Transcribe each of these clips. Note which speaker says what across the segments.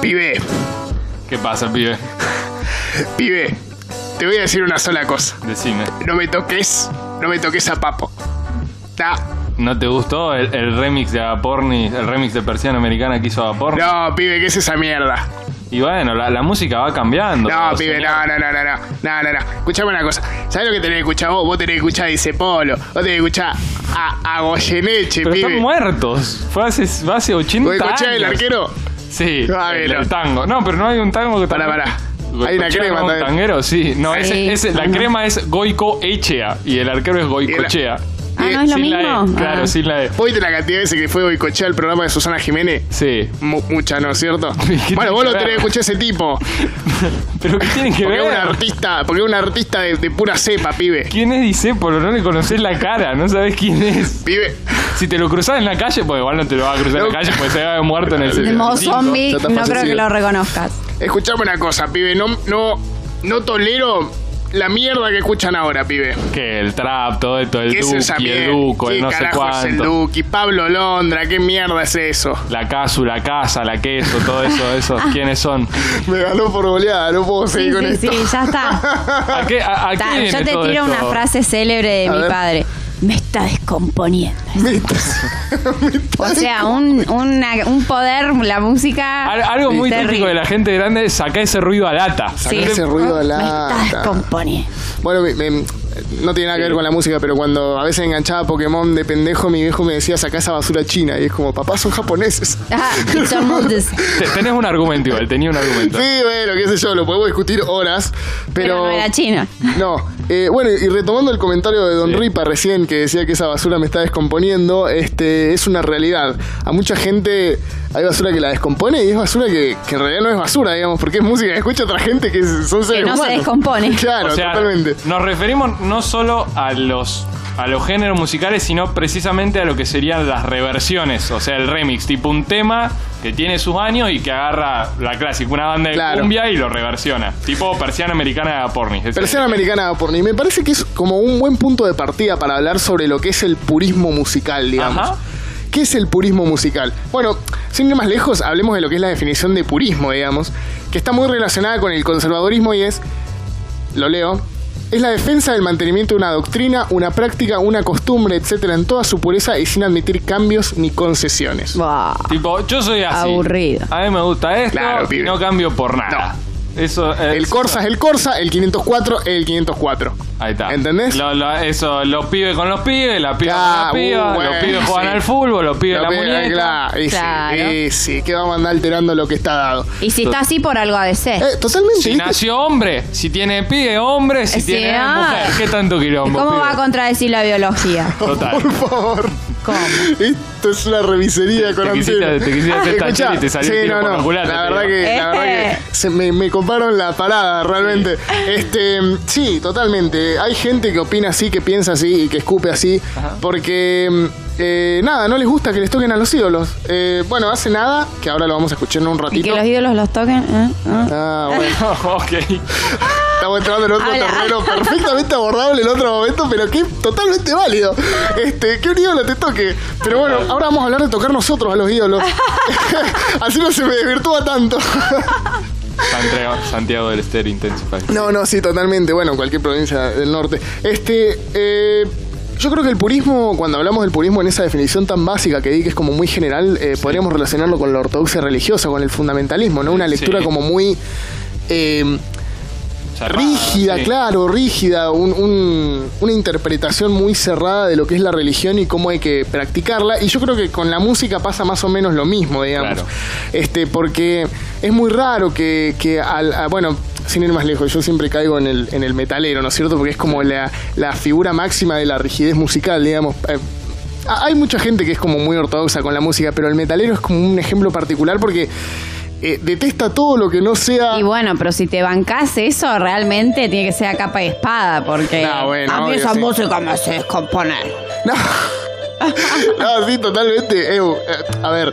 Speaker 1: Pibe,
Speaker 2: ¿Qué pasa, pibe?
Speaker 1: pibe, te voy a decir una sola cosa.
Speaker 2: Decime.
Speaker 1: No me toques, no me toques a Papo. Ta.
Speaker 2: ¿No te gustó el, el remix de Agaporni, el remix de Persiana Americana que hizo Agaporni?
Speaker 1: No, pibe, ¿qué es esa mierda?
Speaker 2: Y bueno, la, la música va cambiando.
Speaker 1: No,
Speaker 2: todo,
Speaker 1: pibe,
Speaker 2: señor.
Speaker 1: no, no, no, no, no, no, no, no. Escuchame una cosa. ¿Sabes lo que tenés que escuchar vos? Vos tenés que escuchar a Dice Polo. Vos tenés que escuchar a, a Goyeneche,
Speaker 2: Pero
Speaker 1: pibe.
Speaker 2: están muertos. Fue hace, fue hace 80
Speaker 1: ¿Vos escuchás
Speaker 2: años.
Speaker 1: el arquero?
Speaker 2: Sí,
Speaker 1: Ah,
Speaker 2: el,
Speaker 1: bueno.
Speaker 2: el tango. No, pero no hay un tango que
Speaker 1: Pará,
Speaker 2: también-
Speaker 1: pará. Hay una
Speaker 2: ¿Escucharon
Speaker 1: crema
Speaker 2: a un
Speaker 1: también.
Speaker 2: tanguero, sí. No,
Speaker 3: Sí.
Speaker 2: ese- ese- la crema es Goico Echea y el arquero es
Speaker 1: Y
Speaker 2: Goico
Speaker 1: el-
Speaker 2: Echea.
Speaker 3: Ah, ¿no es lo
Speaker 2: Sin
Speaker 3: mismo?
Speaker 2: la E, claro,
Speaker 3: Ah.
Speaker 2: sin la E.
Speaker 1: ¿Vos viste la cantidad de veces que fue boicochar el programa de Susana Jiménez?
Speaker 2: Sí.
Speaker 1: Mu- mucha, ¿no es cierto?
Speaker 2: ¿Qué
Speaker 1: Bueno, vos
Speaker 2: tiene que
Speaker 1: lo
Speaker 2: ver?
Speaker 1: tenés que escuchar a ese tipo.
Speaker 2: Pero ¿qué tiene que
Speaker 1: Porque
Speaker 2: ver?
Speaker 1: es un artista, porque es un artista de, de pura cepa, pibe.
Speaker 2: ¿Quién es Disépolo? No le conocés la cara, no sabés quién es.
Speaker 1: Pibe.
Speaker 2: Si te lo cruzás en la calle, pues igual no te lo vas a cruzar en
Speaker 1: No.
Speaker 2: la calle porque se va a haber muerto en el
Speaker 3: El modo
Speaker 2: 75.
Speaker 3: zombie,
Speaker 1: ya está
Speaker 3: no creo
Speaker 1: fallecido.
Speaker 3: que lo reconozcas.
Speaker 1: Escuchame una cosa, pibe. No, no, no tolero la mierda que escuchan ahora, pibe.
Speaker 2: Que el trap, todo esto, el
Speaker 1: ¿Qué es esa
Speaker 2: duki, el
Speaker 1: mierda?
Speaker 2: duco, el
Speaker 1: ¿Qué
Speaker 2: no sé
Speaker 1: carajo es el
Speaker 2: cuánto.
Speaker 1: Duki? Pablo Londra, ¿qué mierda es eso?
Speaker 2: La casu, la casa, la queso, todo eso, eso.
Speaker 1: Ah.
Speaker 2: ¿Quiénes son?
Speaker 1: Me ganó por goleada, no puedo
Speaker 3: Sí, sí, sí, ya está.
Speaker 2: ¿A qué, a, a qué
Speaker 3: Ta,
Speaker 2: viene
Speaker 3: yo te
Speaker 2: todo
Speaker 3: tiro
Speaker 2: esto?
Speaker 3: una frase célebre de
Speaker 1: A
Speaker 3: mi
Speaker 1: ver.
Speaker 3: padre. Me está descomponiendo.
Speaker 1: Me está- me está-
Speaker 3: O sea, un, una- un poder, la música.
Speaker 2: Al- algo muy
Speaker 3: terrible.
Speaker 2: típico de la gente grande es sacar ese ruido a lata.
Speaker 3: Sí.
Speaker 1: ese ruido de lata.
Speaker 3: Me está descomponiendo.
Speaker 1: Bueno, me- me- no tiene nada que ver con la música, pero cuando a veces enganchaba Pokémon de pendejo, mi viejo me decía, sacá esa basura china. Y es como, papá, son japoneses.
Speaker 3: Ah, y son mudos.
Speaker 2: Te- Tenés un argumento igual, tenía un argumento.
Speaker 1: Sí, bueno, qué sé yo, lo podemos discutir horas, pero...
Speaker 3: Pero no era chino.
Speaker 1: No, eh, bueno, y retomando el comentario de Don
Speaker 2: Sí.
Speaker 1: Ripa recién, que decía que esa basura me está descomponiendo, este, es una realidad. A mucha gente hay basura que la descompone y es basura que, que en realidad no es basura, digamos, porque es música que escucha otra gente que son seres
Speaker 3: no se
Speaker 1: humanos.
Speaker 3: descompone.
Speaker 1: Claro,
Speaker 2: O sea,
Speaker 1: totalmente.
Speaker 2: nos referimos no solo a los a los géneros musicales, sino precisamente a lo que serían las reversiones, o sea, el remix, tipo un tema que tiene sus años y que agarra la clásica, una banda de
Speaker 1: Claro.
Speaker 2: cumbia y lo reversiona, tipo persiana americana de Pornis. ese.
Speaker 1: Persiana americana por mí. Me parece que es como un buen punto de partida para hablar sobre lo que es el purismo musical, digamos.
Speaker 2: Ajá.
Speaker 1: ¿Qué es el purismo musical? Bueno, sin ir más lejos, hablemos de lo que es la definición de purismo, digamos, que está muy relacionada con el conservadurismo y es, lo leo, es la defensa del mantenimiento de una doctrina, una práctica, una costumbre, etcétera, en toda su pureza y sin admitir cambios ni concesiones.
Speaker 3: Buah.
Speaker 2: Tipo, yo soy así.
Speaker 3: Aburrido.
Speaker 2: A mí me gusta esto
Speaker 1: Claro,
Speaker 2: y
Speaker 1: pibe.
Speaker 2: no cambio por nada. Eso eh,
Speaker 1: El Corsa es el Corsa, el 504 es el 504.
Speaker 2: Ahí está.
Speaker 1: ¿Entendés?
Speaker 2: Lo- lo- eso, los pibes con los pibes, la piba
Speaker 1: Ah,
Speaker 2: con la piba,
Speaker 1: uh, bueno,
Speaker 2: los pibes juegan
Speaker 1: sí.
Speaker 2: al fútbol, los pibes
Speaker 1: Lo
Speaker 2: la
Speaker 1: que-
Speaker 2: muñeca.
Speaker 1: claro, y sí,
Speaker 3: Claro.
Speaker 1: y sí, que vamos a andar alterando lo que está dado.
Speaker 3: Y si está así por algo a veces.
Speaker 1: Eh, totalmente.
Speaker 2: Si
Speaker 1: ¿viste?
Speaker 2: nació hombre, si tiene pibe, hombre, si
Speaker 3: Sí,
Speaker 2: tiene
Speaker 3: ah.
Speaker 2: mujer, ¿qué tanto quilombo?
Speaker 3: ¿Cómo va a
Speaker 2: pibe?
Speaker 3: contradecir la biología?
Speaker 2: Total.
Speaker 1: Por favor.
Speaker 3: ¿Cómo?
Speaker 1: Esto es una revisería con
Speaker 2: Te quisiste-
Speaker 1: antena.
Speaker 2: te quisiste hacer
Speaker 1: Escuchá,
Speaker 2: tachero y te salió
Speaker 1: sí,
Speaker 2: el tiro
Speaker 1: no,
Speaker 2: por
Speaker 1: no,
Speaker 2: la culata,
Speaker 1: La
Speaker 2: te
Speaker 1: verdad
Speaker 2: digo.
Speaker 1: que, la
Speaker 3: Eh.
Speaker 1: verdad que se me, me coparon la parada, realmente. Este, sí, totalmente. Hay gente que opina así, que piensa así y que escupe así, porque eh, nada, no les gusta que les toquen a los ídolos. Eh, bueno, hace nada, que ahora lo vamos a escuchar en un
Speaker 3: ¿Y
Speaker 1: ratito.
Speaker 3: que los ídolos los toquen? ¿Eh? ¿Eh?
Speaker 1: Ah, bueno.
Speaker 2: ok.
Speaker 1: Estamos entrando en otro
Speaker 3: Habla.
Speaker 1: terreno perfectamente abordable en otro momento, pero que es totalmente válido. Este, que un ídolo te toque. Pero bueno, ahora vamos a hablar de tocar nosotros a los ídolos. Así no se me desvirtúa tanto.
Speaker 2: Santiago, Santiago del Estero Intensify.
Speaker 1: No, no, sí, totalmente. Bueno, cualquier provincia del norte. Este, eh, yo creo que el purismo, cuando hablamos del purismo en esa definición tan básica que di, que es como muy general, eh, podríamos relacionarlo con la ortodoxia religiosa, con el fundamentalismo, ¿no? Una lectura
Speaker 2: Sí.
Speaker 1: como muy... eh,
Speaker 2: Zarpada,
Speaker 1: rígida,
Speaker 2: sí.
Speaker 1: claro, rígida, un- un- una interpretación muy cerrada de lo que es la religión y cómo hay que practicarla. Y yo creo que con la música pasa más o menos lo mismo, digamos.
Speaker 2: Claro.
Speaker 1: Este, porque es muy raro que, que al, a- bueno, sin ir más lejos, yo siempre caigo en el, en el metalero, ¿no es cierto? Porque es como la, la figura máxima de la rigidez musical, digamos. Eh, a- hay mucha gente que es como muy ortodoxa con la música, pero el metalero es como un ejemplo particular porque eh, detesta todo lo que no sea...
Speaker 3: Y bueno, pero si te bancas eso, realmente tiene que ser a capa y espada, porque
Speaker 1: No, bueno,
Speaker 3: a mí
Speaker 1: obvio,
Speaker 3: esa
Speaker 1: sí.
Speaker 3: música me hace descomponer.
Speaker 1: No. No, sí, totalmente. Eu, eh, a ver,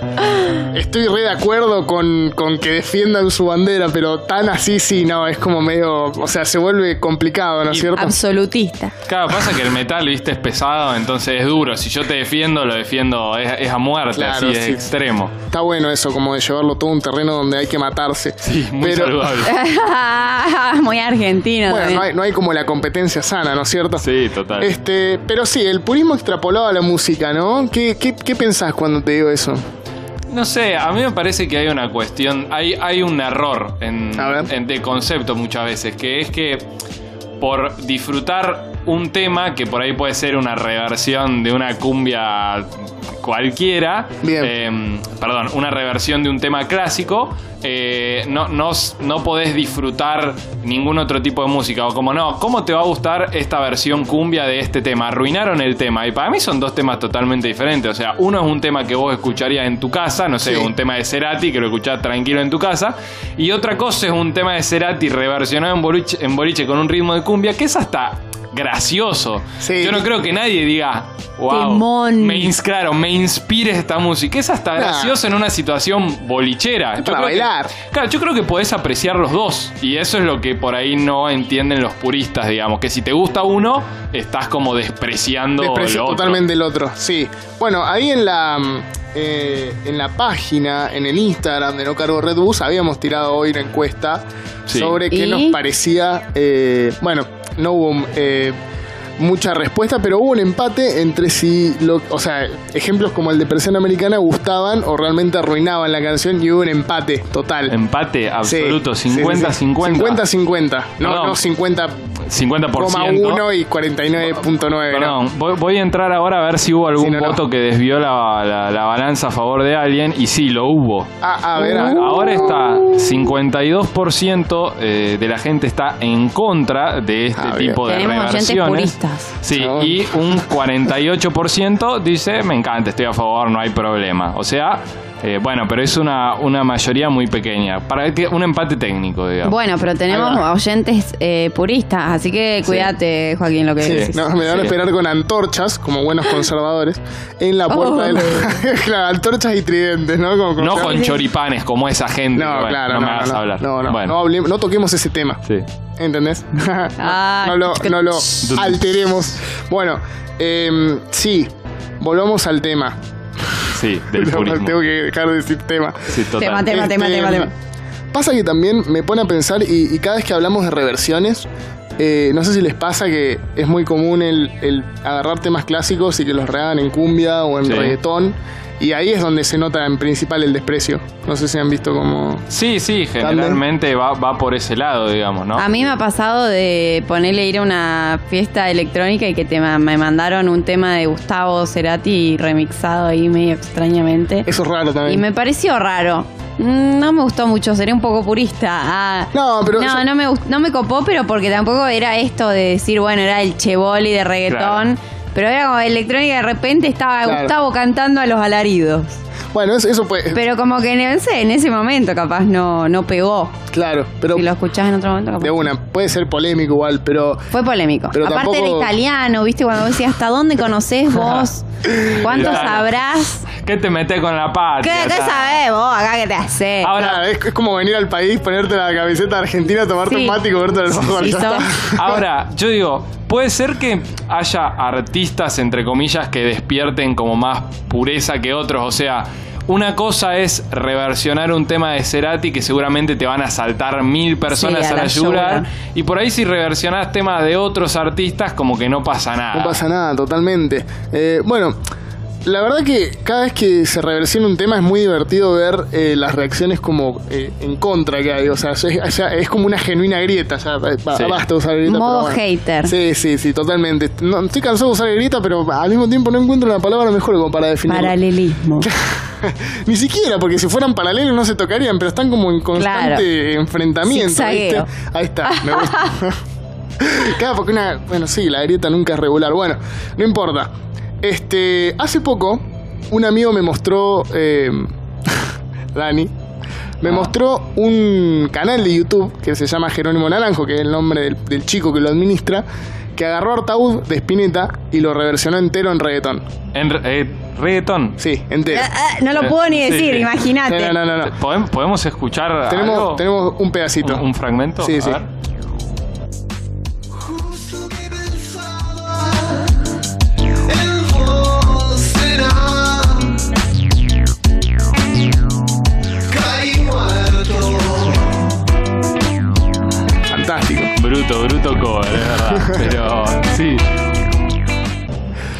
Speaker 1: estoy re de acuerdo con, con que defiendan su bandera, pero tan así sí, no, es como medio, o sea, se vuelve complicado, ¿no es
Speaker 2: Y-
Speaker 1: cierto?
Speaker 3: Absolutista.
Speaker 2: Claro, pasa que el metal, viste, es pesado, entonces es duro. Si yo te defiendo, lo defiendo, es, es a muerte,
Speaker 1: Claro,
Speaker 2: así, es
Speaker 1: sí.
Speaker 2: extremo.
Speaker 1: Está bueno eso, como de llevarlo todo a un terreno donde hay que matarse.
Speaker 2: Sí, muy
Speaker 1: pero,
Speaker 2: saludable.
Speaker 3: Muy argentino
Speaker 1: Bueno,
Speaker 3: también.
Speaker 1: no hay, no hay como la competencia sana, ¿no es cierto?
Speaker 2: Sí, total.
Speaker 1: Este, pero sí, el purismo extrapolado a la música, ¿no? ¿Qué, qué, qué pensás cuando te digo eso?
Speaker 2: No sé, a mí me parece que hay una cuestión, hay, hay un error en,
Speaker 1: A ver.
Speaker 2: en- de concepto muchas veces, que es que por disfrutar un tema, que por ahí puede ser una reversión de una cumbia cualquiera,
Speaker 1: Bien.
Speaker 2: eh, perdón, una reversión de un tema clásico, eh, no, no, s- no podés disfrutar ningún otro tipo de música, o como no, ¿cómo te va a gustar esta versión cumbia de este tema? Arruinaron el tema, y para mí son dos temas totalmente diferentes, o sea, uno es un tema que vos escucharías en tu casa, no sé,
Speaker 1: Sí.
Speaker 2: un tema de Cerati, que lo escuchás tranquilo en tu casa, y otra cosa es un tema de Cerati reversionado en boliche, en boliche con un ritmo de cumbia, que es hasta gracioso.
Speaker 1: Sí.
Speaker 2: Yo no creo que nadie diga, wow,
Speaker 3: Temón.
Speaker 2: me ins- Claro, me inspira esta música. Es hasta
Speaker 1: Nah.
Speaker 2: gracioso en una situación bolichera.
Speaker 1: para
Speaker 2: Yo creo que-
Speaker 1: bailar.
Speaker 2: claro, yo creo que podés apreciar los dos. Y eso es lo que por ahí no entienden los puristas, digamos. Que si te gusta uno, estás como despreciando
Speaker 1: Desprecio
Speaker 2: lo otro.
Speaker 1: totalmente el otro, sí. Bueno, ahí en la mm, eh, en la página, en el Instagram de No Cargo Red Bus, habíamos tirado hoy una encuesta
Speaker 2: Sí.
Speaker 1: sobre qué
Speaker 3: ¿Y?
Speaker 1: nos parecía. eh, bueno, no hubo eh, mucha respuesta, pero hubo un empate entre si, lo, o sea, ejemplos como el de Presión Americana gustaban o realmente arruinaban la canción y hubo un empate total.
Speaker 2: Empate
Speaker 1: Sí,
Speaker 2: absoluto,
Speaker 1: sí, sí, sí.
Speaker 2: 50-50.
Speaker 1: 50-50. No,
Speaker 2: Perdón.
Speaker 1: no 50,1
Speaker 2: 50%.
Speaker 1: y 49.9. no.
Speaker 2: Perdón, voy, voy a entrar ahora a ver si hubo algún
Speaker 1: Sí, no, no.
Speaker 2: voto que desvió la, la- la balanza a favor de alguien. Y sí, lo hubo.
Speaker 1: Ah, a ver, a ver.
Speaker 2: Oh. Ahora está 52% eh, de la gente está en contra de este
Speaker 1: Ah, bien.
Speaker 2: tipo de
Speaker 3: Tenemos oyentes
Speaker 2: reversiones.
Speaker 3: puristas.
Speaker 2: Sí,
Speaker 1: Chabón.
Speaker 2: y un 48% dice, me encanta, estoy a favor, no hay problema. O sea, eh, bueno, pero es una, una mayoría muy pequeña. Para que- un empate técnico, digamos.
Speaker 3: Bueno, pero
Speaker 1: Ahí
Speaker 3: tenemos
Speaker 1: va.
Speaker 3: oyentes eh, puristas, así que cuídate, Joaquín, lo que
Speaker 1: Sí,
Speaker 3: dices.
Speaker 1: no, me van a
Speaker 2: Este. Sí.
Speaker 1: esperar con antorchas, como buenos conservadores, en la puerta
Speaker 3: Oh.
Speaker 1: de la. claro, antorchas y tridentes, ¿no? Como- como-
Speaker 2: no con choripanes como esa gente.
Speaker 1: No,
Speaker 2: Bueno,
Speaker 1: claro,
Speaker 2: no,
Speaker 1: no,
Speaker 2: me hagas
Speaker 1: no,
Speaker 2: hablar.
Speaker 1: no, no,
Speaker 2: Bueno,
Speaker 1: no hablemos- no toquemos ese tema.
Speaker 2: sí.
Speaker 1: ¿Entendés? no,
Speaker 3: Ah,
Speaker 1: no lo, no lo alteremos. Bueno, em, sí, volvamos al tema.
Speaker 2: Sí, del purismo.
Speaker 1: Tengo que dejar de decir tema.
Speaker 2: Sí, total.
Speaker 3: Tema, tema, tema,
Speaker 1: Este,
Speaker 3: tema, tema.
Speaker 1: Pasa que también me pone a pensar, y, y cada vez que hablamos de reversiones, eh, no sé si les pasa que es muy común el, el agarrar temas clásicos y que los rehagan en cumbia o en
Speaker 2: Sí.
Speaker 1: reggaetón. Y ahí es donde se nota en principal el desprecio. No sé si han visto como...
Speaker 2: Sí, sí, generalmente va, va por ese lado, digamos, ¿no?
Speaker 3: A mí me ha pasado de ponerle ir a una fiesta electrónica y que te ma- me mandaron un tema de Gustavo Cerati remixado ahí medio extrañamente.
Speaker 1: Eso es raro
Speaker 3: Y
Speaker 1: también.
Speaker 3: me pareció raro. Mm, No me gustó mucho, seré un poco purista. Ah,
Speaker 1: No, pero
Speaker 3: No,
Speaker 1: yo-
Speaker 3: no, me, gust- no me copó, pero porque tampoco era esto de decir, bueno, era el cheboli de reggaetón. Pero era como electrónica, de repente estaba
Speaker 1: Claro. Eh.
Speaker 3: Gustavo cantando a los alaridos.
Speaker 1: Bueno, eso, eso puede...
Speaker 3: Pero como que no sé, en ese momento capaz no, no pegó.
Speaker 1: claro, pero
Speaker 3: Si lo escuchás en otro momento, capaz.
Speaker 1: de una. Puede ser polémico igual, pero...
Speaker 3: Fue polémico.
Speaker 1: Pero
Speaker 3: Aparte
Speaker 1: tampoco-
Speaker 3: era italiano, ¿viste? Cuando vos decías, ¿hasta dónde conocés vos? ¿Cuánto
Speaker 2: Claro.
Speaker 3: sabrás?
Speaker 2: ¿Qué te metes con la
Speaker 3: ¿Qué,
Speaker 2: patria?
Speaker 3: qué
Speaker 2: ta?
Speaker 3: sabés vos? Acá qué te haces.
Speaker 2: Ahora-
Speaker 1: Claro, es, es como venir al país, ponerte la camiseta argentina, tomarte
Speaker 3: Sí.
Speaker 1: un mate y comerte el
Speaker 3: Y sos-
Speaker 2: Ahora, yo digo, puede ser que haya artistas, entre comillas, que despierten como más pureza que otros. O sea, una cosa es reversionar un tema de Cerati que seguramente te van a saltar mil personas
Speaker 3: Sí, a
Speaker 2: a la
Speaker 3: la
Speaker 2: yugular.
Speaker 3: yugular.
Speaker 2: Y por ahí si reversionás temas de otros artistas, como que no pasa nada.
Speaker 1: No pasa nada, totalmente. Eh, bueno, la verdad que cada vez que se reversiona un tema es muy divertido ver eh, las reacciones como eh, en contra que hay. O sea, es, es- es como una genuina grieta. Ya, eh, ba-
Speaker 2: Sí.
Speaker 1: basta usar grieta.
Speaker 3: Modo
Speaker 1: pero bueno.
Speaker 3: hater.
Speaker 1: Sí, sí, sí, totalmente. No, estoy cansado de usar grieta, pero al mismo tiempo no encuentro la palabra mejor como para definirlo.
Speaker 3: Paralelismo. Eh,
Speaker 1: Ni siquiera, porque si fueran paralelos no se tocarían, pero están como en constante enfrentamiento.
Speaker 3: Zigzagueo.
Speaker 1: ¿viste? Ahí está, me gusta. claro, porque una. Bueno, sí, la grieta nunca es regular. Bueno, no importa. Este. Hace poco, un amigo me mostró. eh, Dani. Me mostró un canal de YouTube que se llama Jerónimo Naranjo, que es el nombre del, del chico que lo administra, que agarró Artaud de Spinetta y lo reversionó entero en reggaetón.
Speaker 2: En re- eh, reggaetón.
Speaker 1: Sí, entero.
Speaker 3: Ah, ah, No lo puedo ni
Speaker 2: Sí,
Speaker 3: decir,
Speaker 2: sí.
Speaker 3: imagínate.
Speaker 1: No, no, no, no. no.
Speaker 2: ¿Podem- ¿Podemos escuchar algo?
Speaker 1: Tenemos, tenemos un pedacito.
Speaker 2: ¿Un, un fragmento?
Speaker 1: Sí,
Speaker 2: A
Speaker 1: sí.
Speaker 2: ver.
Speaker 4: Justo que pensaba en vos será caí muerto
Speaker 1: Fantástico.
Speaker 2: Bruto, bruto cover, es verdad. Pero sí,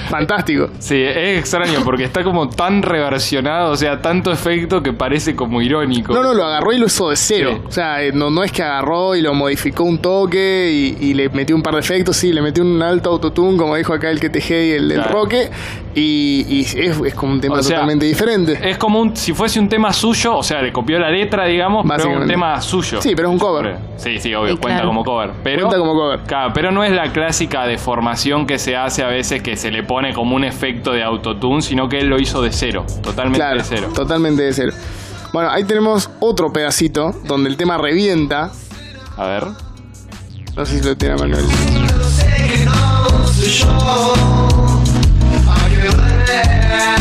Speaker 1: Fantástico.
Speaker 2: sí, es extraño porque está como tan reversionado, o sea, tanto efecto que parece como irónico.
Speaker 1: No, no, lo agarró y lo hizo de cero.
Speaker 2: Sí.
Speaker 1: O sea, eh, no, no es que agarró y lo modificó un toque y, y le metió un par de efectos, sí, le metió un alto autotune, como dijo acá el que y el, el
Speaker 2: Claro.
Speaker 1: Roque, y, y es, es como un tema
Speaker 2: O sea,
Speaker 1: totalmente diferente.
Speaker 2: Es como un, si fuese un tema suyo, o sea, le copió la letra, digamos, pero es un
Speaker 1: Básicamente.
Speaker 2: tema suyo.
Speaker 1: Sí, pero es un cover.
Speaker 2: Sí, sí, obvio,
Speaker 3: Sí,
Speaker 2: cuenta
Speaker 3: claro.
Speaker 2: como cover. Pero,
Speaker 1: Cuenta como cover.
Speaker 2: Claro, pero no es la clásica deformación que se hace a veces que se le pone como un efecto de autotune, sino que él lo hizo de cero, totalmente
Speaker 1: Claro,
Speaker 2: de cero.
Speaker 1: totalmente de cero. Bueno, ahí tenemos otro pedacito donde el tema revienta.
Speaker 2: A ver.
Speaker 1: No sé si lo tiene Manuel.
Speaker 4: pero sé que no soy yo a que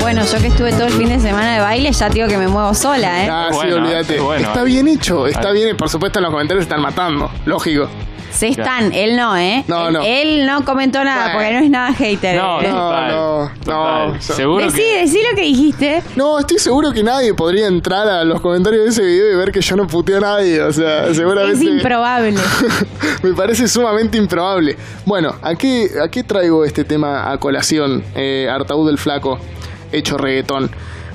Speaker 3: Bueno, yo que estuve todo el fin de semana de baile, ya te digo que me muevo sola, ¿eh?
Speaker 1: Ah, sí,
Speaker 2: Bueno,
Speaker 1: olvídate.
Speaker 2: qué bueno.
Speaker 1: está bien hecho, está
Speaker 2: Ah.
Speaker 1: bien. Por supuesto, en los comentarios se están matando, lógico.
Speaker 3: Se están, él no, ¿eh?
Speaker 1: No, no.
Speaker 3: Él no comentó nada,
Speaker 1: Bueno.
Speaker 3: porque no es nada hater.
Speaker 2: No,
Speaker 3: ¿eh?
Speaker 2: total,
Speaker 1: no, no,
Speaker 2: total.
Speaker 1: no.
Speaker 2: Seguro
Speaker 3: Decí,
Speaker 2: que.
Speaker 3: decí lo que dijiste.
Speaker 1: No, estoy seguro que nadie podría entrar a los comentarios de ese video y ver que yo no puteé a nadie. O sea,
Speaker 3: Es
Speaker 1: seguramente.
Speaker 3: improbable.
Speaker 1: Me parece sumamente improbable. Bueno, ¿a qué, a qué traigo este tema a colación, eh, Artaud del Flaco, hecho reggaetón?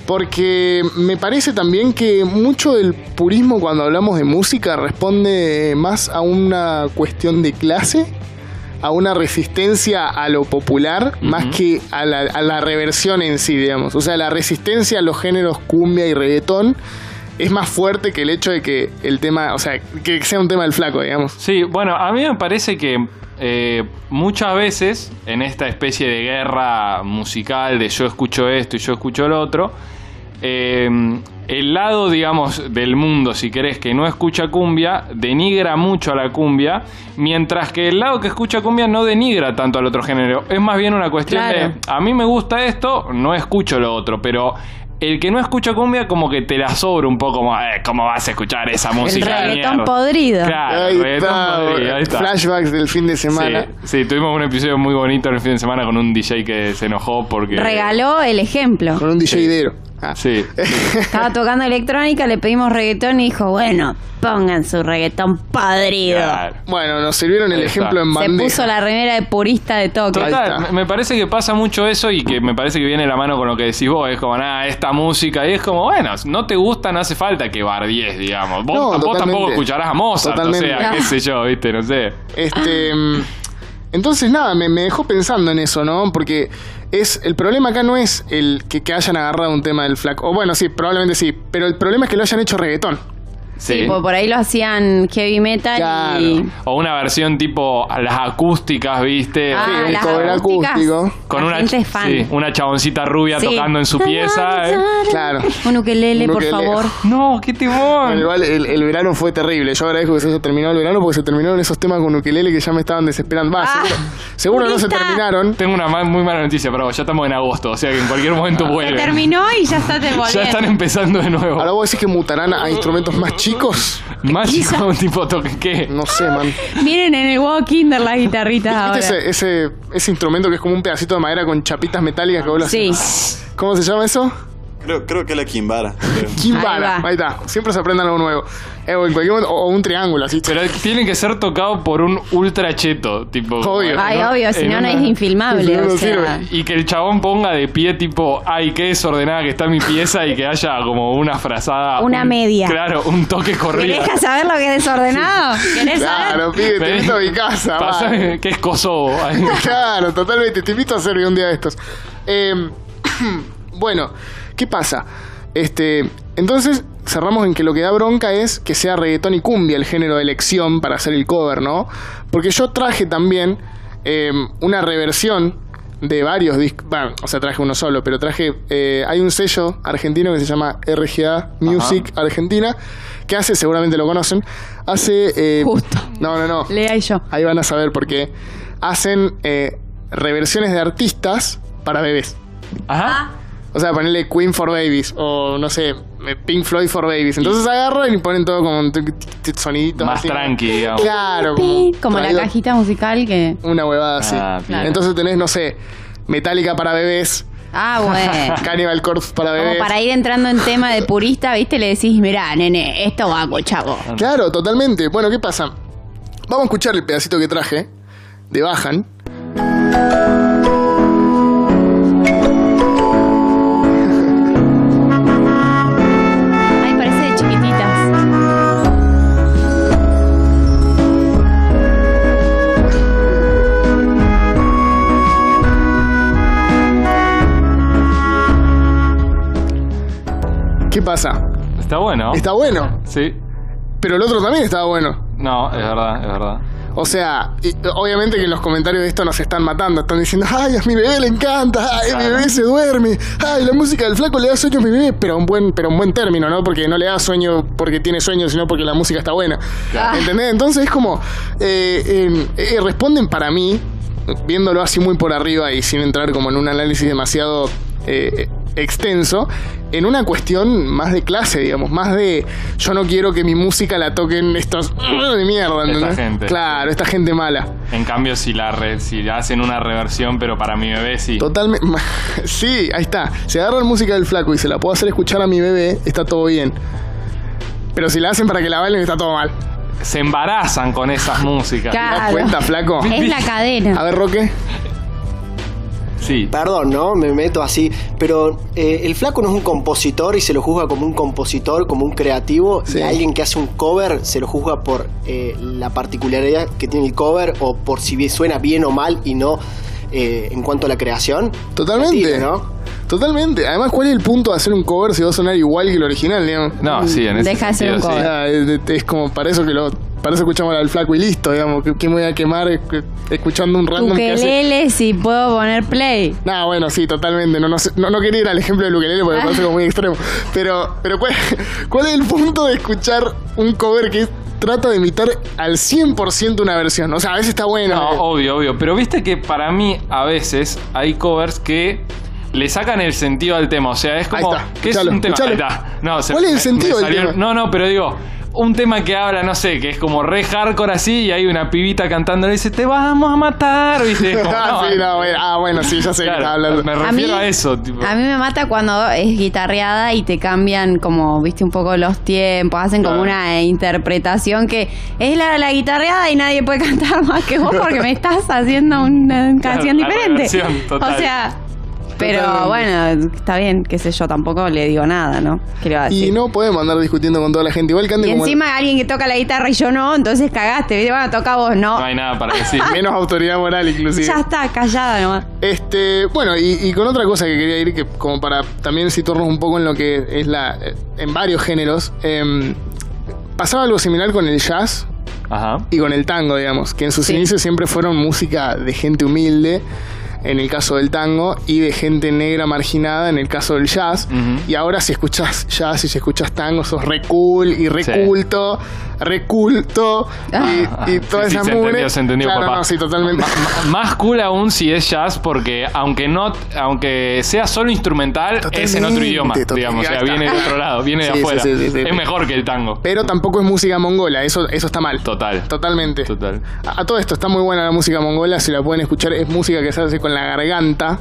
Speaker 1: Porque me parece también que mucho del purismo cuando hablamos de música responde más a una cuestión de clase, a una resistencia a lo popular, más que a la, a la reversión en sí, digamos. O sea, la resistencia a los géneros cumbia y reggaetón es más fuerte que el hecho de que el tema, o sea, que sea un tema del flaco, digamos.
Speaker 2: Sí, bueno, a mí me parece que eh, muchas veces en esta especie de guerra musical de yo escucho esto y yo escucho lo otro, eh, el lado, digamos, del mundo, si querés, que no escucha cumbia, denigra mucho a la cumbia, mientras que el lado que escucha cumbia no denigra tanto al otro género. Es más bien una cuestión
Speaker 3: Claro.
Speaker 2: de, a mí me gusta esto, no escucho lo otro, pero... El que no escucha cumbia como que te la sobra un poco como, "Eh, ¿cómo vas a escuchar esa música? de
Speaker 3: reggaetón
Speaker 2: mierda?".
Speaker 3: podrido.
Speaker 2: Claro,
Speaker 1: ahí,
Speaker 2: reggaetón
Speaker 1: está,
Speaker 2: podrido, ahí está.
Speaker 1: Flashbacks del fin de
Speaker 2: Sí,
Speaker 1: semana.
Speaker 2: sí, tuvimos un episodio muy bonito el fin de semana con un DJ que se enojó porque...
Speaker 3: Regaló el ejemplo.
Speaker 1: Con un DJ Dero. Ah.
Speaker 2: Sí.
Speaker 3: Estaba tocando electrónica, le pedimos reggaetón y dijo, bueno, pongan su reggaetón podrido.
Speaker 2: Claro.
Speaker 1: Bueno, nos sirvieron el
Speaker 2: Ahí está.
Speaker 1: ejemplo en
Speaker 3: Se
Speaker 1: bandeja.
Speaker 3: puso la remera de purista de toque.
Speaker 1: Ahí
Speaker 2: Total,
Speaker 1: está.
Speaker 2: me- me parece que pasa mucho eso y que me parece que viene de la mano con lo que decís vos. Es como, nada, esta música. Y es como, bueno, si no te gusta, no hace falta que bardies, digamos. Vos,
Speaker 1: No,
Speaker 2: vos
Speaker 1: totalmente.
Speaker 2: tampoco escucharás a Mozart,
Speaker 1: Totalmente.
Speaker 2: o sea, qué sé yo, viste, no sé.
Speaker 3: Ah.
Speaker 1: Este, mm, entonces, nada, me, me dejó pensando en eso, ¿no? Porque es el problema acá no es el que, que hayan agarrado un tema del flaco. O bueno, sí, probablemente sí. Pero el problema es que lo hayan hecho reggaetón.
Speaker 2: Sí.
Speaker 3: Sí, pues, porque por ahí lo hacían heavy metal y...
Speaker 2: O una versión tipo a las acústicas, viste.
Speaker 3: Ah,
Speaker 1: el
Speaker 3: las
Speaker 1: cover
Speaker 3: acústicas,
Speaker 1: acústico.
Speaker 2: Con
Speaker 3: la
Speaker 2: una,
Speaker 3: gente es fan.
Speaker 2: sí, una chaboncita rubia
Speaker 3: Sí.
Speaker 2: tocando en su pieza. ¿eh?
Speaker 1: Claro.
Speaker 3: Un ukelele,
Speaker 1: Un
Speaker 3: por
Speaker 1: ukelele.
Speaker 3: favor.
Speaker 2: No, qué
Speaker 1: Bueno,
Speaker 2: timón.
Speaker 1: igual el, el verano fue terrible. Yo agradezco que se haya terminado el verano porque se terminaron esos temas con Ukelele que ya me estaban desesperando. Va,
Speaker 3: Ah,
Speaker 1: seguro, seguro no se
Speaker 3: purista.
Speaker 1: terminaron.
Speaker 2: Tengo una ma- muy mala noticia, pero ya estamos en agosto, o sea que en cualquier
Speaker 1: Ah.
Speaker 2: momento
Speaker 3: Se
Speaker 2: vuelve.
Speaker 3: terminó y ya está
Speaker 2: Ya
Speaker 3: devolviendo.
Speaker 2: están empezando de nuevo.
Speaker 1: Ahora vos decís que mutarán a instrumentos más chicos.
Speaker 2: Mágico, un tipo toque qué.
Speaker 1: No sé, man. ¿Viste
Speaker 3: Miren en el huevo kinder las guitarritas ahora.
Speaker 1: ese, ese, ese instrumento que es como un pedacito de madera con chapitas metálicas que vos lo
Speaker 3: Sí.
Speaker 1: haces? ¿Cómo se llama eso?
Speaker 5: Creo, creo que la Kimbara. creo.
Speaker 1: Kimbara.
Speaker 3: Ahí va.
Speaker 1: Ahí, está. Siempre se aprende algo nuevo. Eh, o en cualquier momento- o, o un triángulo, así.
Speaker 2: Pero tiene que ser tocado por un ultra cheto, tipo.
Speaker 1: Obvio.
Speaker 3: Ay,
Speaker 2: en un-
Speaker 3: obvio,
Speaker 2: en
Speaker 3: si no, no
Speaker 2: una-
Speaker 3: es infilmable.
Speaker 1: No
Speaker 3: o sea.
Speaker 1: sirve.
Speaker 2: Y que el chabón ponga de pie, tipo, ay, qué desordenada que está mi pieza y que haya como una frazada.
Speaker 3: Una
Speaker 2: un-
Speaker 3: media.
Speaker 2: Claro, un toque corrido.
Speaker 3: ¿Querés saber lo que es desordenado? ¿Querés saber?
Speaker 1: Claro, pibe, te invito a mi casa.
Speaker 2: Pasa-
Speaker 1: vale.
Speaker 2: que es Kosovo.
Speaker 1: Claro, totalmente. Te invito a hacer un día de estos. Eh, bueno, ¿qué pasa? Este, entonces cerramos en que lo que da bronca es que sea reggaetón y cumbia el género de elección para hacer el cover, ¿no? Porque yo traje también eh, una em, reversión de varios discos. Bueno, o sea, traje uno solo, pero traje. eh, hay un sello argentino que se llama RGA Music Argentina, que hace, seguramente lo conocen, hace. eh,
Speaker 3: Justo.
Speaker 1: No, no, no.
Speaker 3: Lea y yo.
Speaker 1: Ahí van a saber por qué. Hacen eh, reversiones de artistas para bebés.
Speaker 2: Ajá.
Speaker 1: O sea, ponerle Queen for Babies o no sé, eh, Pink Floyd for Babies. Entonces agarran y ponen todo con t- t- t- soniditos.
Speaker 2: Más
Speaker 1: así.
Speaker 2: tranqui, digamos.
Speaker 1: Claro.
Speaker 3: Pi, Como la
Speaker 1: traído-
Speaker 3: cajita musical que.
Speaker 1: Una huevada así.
Speaker 2: Ah, bien.
Speaker 1: Entonces tenés, no sé, Metallica para bebés,
Speaker 3: Ah, bueno.
Speaker 1: Cannibal Corpse para
Speaker 3: Como
Speaker 1: bebés.
Speaker 3: para ir entrando en tema de purista, ¿viste? Le decís, mirá, nene, esto va con chavo.
Speaker 1: Claro, totalmente. Bueno, ¿qué pasa? Vamos a escuchar el pedacito que traje de Bajan.
Speaker 3: Ay, parece de chiquititas.
Speaker 1: ¿Qué pasa?
Speaker 2: Está bueno.
Speaker 1: Está bueno,
Speaker 2: Sí.
Speaker 1: pero el otro también estaba bueno.
Speaker 2: No, es verdad, es verdad.
Speaker 1: O sea, y- obviamente que en los comentarios de esto nos están matando. Están diciendo, ay, a mi bebé le encanta, ay, mi
Speaker 2: Claro.
Speaker 1: bebé se duerme, ay, la música del flaco le da sueño a mi bebé. Pero un buen, pero un buen término, ¿no? Porque no le da sueño porque tiene sueño, sino porque la música está buena. ¿Entendés? Entonces es como, eh, eh, eh, responden para mí, viéndolo así muy por arriba y sin entrar como en un análisis demasiado eh, extenso, en una cuestión más de clase, digamos, más de yo no quiero que mi música la toquen estos de mierda,
Speaker 2: Esta
Speaker 1: ¿entendés?
Speaker 2: gente.
Speaker 1: Claro, esta gente mala.
Speaker 2: En cambio, si la re- si hacen una reversión, pero para mi bebé sí.
Speaker 1: Totalmente. Sí, ahí está. Si agarran música del flaco y se la puedo hacer escuchar a mi bebé, está todo bien. Pero si la hacen para que la bailen, está todo mal.
Speaker 2: Se embarazan con esas músicas.
Speaker 1: ¿Te das
Speaker 3: Claro.
Speaker 1: cuenta, flaco?
Speaker 3: Es la
Speaker 1: A
Speaker 3: cadena.
Speaker 1: ver, Roque.
Speaker 2: Sí.
Speaker 6: Perdón, ¿no? Me meto así. Pero eh, el flaco no es un compositor y se lo juzga como un compositor, como un creativo.
Speaker 1: Sí.
Speaker 6: Y alguien que hace un cover se lo juzga por eh, la particularidad que tiene el cover o por si bien- suena bien o mal y no eh, en cuanto a la creación.
Speaker 1: Totalmente.
Speaker 6: Mentira, ¿no?
Speaker 1: Totalmente. Además, ¿cuál es el punto de hacer un cover si va a sonar igual que el original, digamos?
Speaker 2: No, eh. sí, en ese
Speaker 3: Deja de ser
Speaker 1: O
Speaker 2: sentido,
Speaker 3: un
Speaker 2: sí.
Speaker 3: cover.
Speaker 1: sea, es, es como para eso que lo. Para eso escuchamos al flaco y listo, digamos. ¿Qué, qué me voy a quemar eh, escuchando un random que hace?
Speaker 3: Ukelele, si puedo poner play.
Speaker 1: No, bueno, sí, totalmente. No, no, sé- no, no quería ir al ejemplo del ukelele porque me parece como muy extremo. Pero, pero ¿cuál, cuál es el punto de escuchar un cover que trata de imitar al 100% una versión? O sea, a veces está bueno.
Speaker 2: No, obvio, obvio. Pero viste que para mí a veces hay covers que le sacan el sentido al tema. O sea, es como.
Speaker 1: Ahí está,
Speaker 2: ¿Qué es
Speaker 1: escuchalo,
Speaker 2: un tema?
Speaker 1: escuchalo.
Speaker 2: Ahí está. No,
Speaker 1: ¿Cuál es el sentido del
Speaker 2: salió-
Speaker 1: tema?
Speaker 2: No, no, pero digo. Un tema que habla, no sé, que es como re hardcore así y hay una pibita cantando y dice, te vamos a matar, ¿viste? Es como, no,
Speaker 1: Sí, no, bueno, ah, bueno, sí, ya sé
Speaker 2: claro,
Speaker 1: que está hablando.
Speaker 2: Me
Speaker 3: A
Speaker 2: refiero a,
Speaker 3: mí-
Speaker 2: eso. Tipo,
Speaker 3: A mí me mata cuando es guitarreada y te cambian como, viste, un poco los tiempos, hacen
Speaker 2: Claro.
Speaker 3: como una interpretación que es la, la guitarreada y nadie puede cantar más que vos porque me estás haciendo una canción
Speaker 2: la
Speaker 3: diferente.
Speaker 2: reversión total.
Speaker 3: O sea, pero
Speaker 1: Totalmente.
Speaker 3: bueno, está bien, qué sé yo, tampoco le digo nada, ¿no? ¿Qué le va a
Speaker 1: Y
Speaker 3: decir?
Speaker 1: no podemos andar discutiendo con toda la gente. Igual
Speaker 3: Ah, Y
Speaker 1: cante como.
Speaker 3: encima alguien que toca la guitarra y yo no, entonces cagaste, ¿viste? bueno, toca vos, no.
Speaker 2: no hay nada para decir.
Speaker 1: Menos autoridad moral, inclusive.
Speaker 3: Ya está, callada nomás.
Speaker 1: Este, bueno, y, y con otra cosa que quería ir, que como para también situarnos un poco en lo que es la. en varios géneros. em, pasaba algo similar con el jazz
Speaker 2: Ajá.
Speaker 1: y con el tango, digamos, que en sus
Speaker 3: Sí.
Speaker 1: inicios siempre fueron música de gente humilde, en el caso del tango, y de gente negra marginada, en el caso del jazz.
Speaker 2: Ujú.
Speaker 1: Y ahora si escuchás jazz y si escuchás tango, sos re cool y re
Speaker 2: Sí.
Speaker 1: culto, re culto,
Speaker 2: Ah,
Speaker 1: y, y
Speaker 2: sí,
Speaker 1: todas
Speaker 2: sí,
Speaker 1: esas
Speaker 2: se
Speaker 1: mugres.
Speaker 2: entendió, se entendió,
Speaker 1: Claro,
Speaker 2: papá.
Speaker 1: no, sí, totalmente.
Speaker 2: M- Más cool aún si es jazz, porque aunque no, aunque sea solo instrumental, es en otro
Speaker 1: Totalmente,
Speaker 2: idioma,
Speaker 1: total-
Speaker 2: digamos. O sea,
Speaker 1: ahí está.
Speaker 2: viene de otro lado, viene
Speaker 1: Sí,
Speaker 2: de
Speaker 1: sí,
Speaker 2: afuera.
Speaker 1: sí, sí, sí.
Speaker 2: Es mejor que el tango.
Speaker 1: Pero tampoco es música mongola, eso, eso está mal.
Speaker 2: Total.
Speaker 1: Totalmente.
Speaker 2: Total.
Speaker 1: A, a todo esto está muy buena la música mongola, si la pueden escuchar, es música que se hace con la garganta.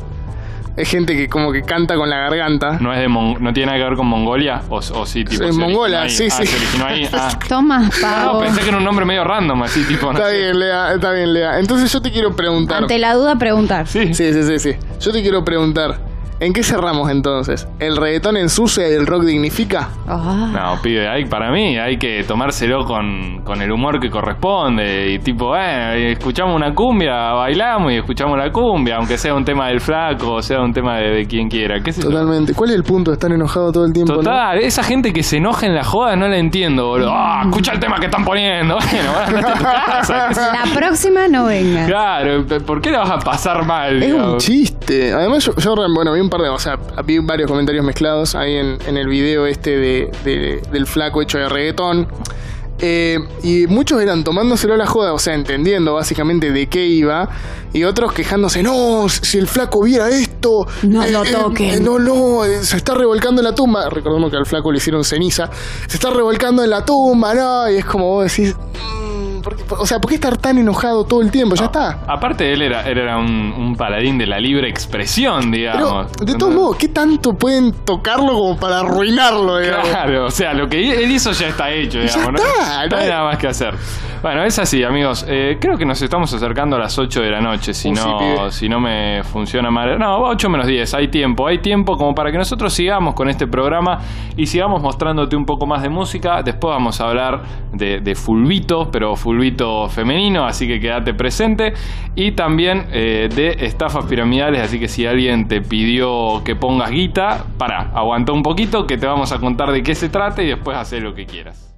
Speaker 1: Es gente que como que canta con la garganta.
Speaker 2: No es de Mon- no tiene nada que ver con Mongolia o, o sí, tipo.
Speaker 1: Es
Speaker 2: se originó
Speaker 1: mongola,
Speaker 2: ahí.
Speaker 1: sí,
Speaker 2: Ah,
Speaker 1: sí.
Speaker 2: se originó ahí. Ah.
Speaker 3: Toma,
Speaker 2: No,
Speaker 3: pavo.
Speaker 2: pensé que era un nombre medio random, así tipo. no
Speaker 1: Está
Speaker 2: sé.
Speaker 1: bien, Lea, está bien, Lea. Entonces yo te quiero preguntar.
Speaker 3: Ante la duda, preguntar.
Speaker 2: Sí.
Speaker 1: Sí, sí, sí, sí. Yo te quiero preguntar, ¿en qué cerramos entonces? ¿El reggaetón ensucia y el rock dignifica?
Speaker 3: Ah.
Speaker 2: No, pibe, hay, para mí hay que tomárselo con, con el humor que corresponde. Y tipo, bueno, escuchamos una cumbia, bailamos y escuchamos la cumbia, aunque sea un tema del flaco, o sea un tema de, de quien quiera. ¿Qué sé yo.
Speaker 1: Totalmente. ¿Cuál es el punto de estar enojado todo el tiempo? no?
Speaker 2: Total, esa gente que se enoja en la joda no la entiendo, boludo. Ah, escucha el tema que están poniendo. Bueno, ahora andate a tu casa.
Speaker 3: La próxima no venga.
Speaker 2: Claro, ¿por qué la vas a pasar mal?
Speaker 1: Es un
Speaker 2: digamos?
Speaker 1: chiste, Este, además, yo, yo, bueno, vi un par de, o sea, vi varios comentarios mezclados ahí en, en el video este de, de- del flaco hecho de reggaetón. Eh, y muchos eran tomándoselo a la joda, o sea, entendiendo básicamente de qué iba, y otros quejándose, no, si el flaco viera esto,
Speaker 3: No lo toquen.
Speaker 1: no, no, eh, se está revolcando en la tumba, recordemos que al flaco le hicieron ceniza, se está revolcando en la tumba, no, y es como vos decís, "Mm, ¿por qué- o sea, ¿por qué estar tan enojado todo el tiempo? Ya está.
Speaker 2: Aparte, él era, él era un, un paladín de la libre expresión,
Speaker 1: Pero,
Speaker 2: digamos.
Speaker 1: de todos modos, ¿qué tanto pueden tocarlo como para arruinardo, digamos?
Speaker 2: Claro, o sea, lo que él hizo ya está hecho,
Speaker 1: Ya
Speaker 2: digamos.
Speaker 1: está,
Speaker 2: ¿no? no
Speaker 1: ¿no?
Speaker 2: hay nada más que hacer. Bueno, es así, amigos. Eh, creo que nos estamos acercando a las 8 de la noche, si,
Speaker 1: Uh, sí,
Speaker 2: no,
Speaker 1: pibe.
Speaker 2: si no me funciona mal. No, 8 menos 10, hay tiempo, hay tiempo como para que nosotros sigamos con este programa y sigamos mostrándote un poco más de música. Después vamos a hablar de, de Fulvito, pero Fulvito femenino, así que quédate presente. Y también eh, de estafas piramidales, así que si alguien te pidió que pongas guita, para, aguantó un poquito, que te vamos a contar de qué se trata y después hacer lo que quieras.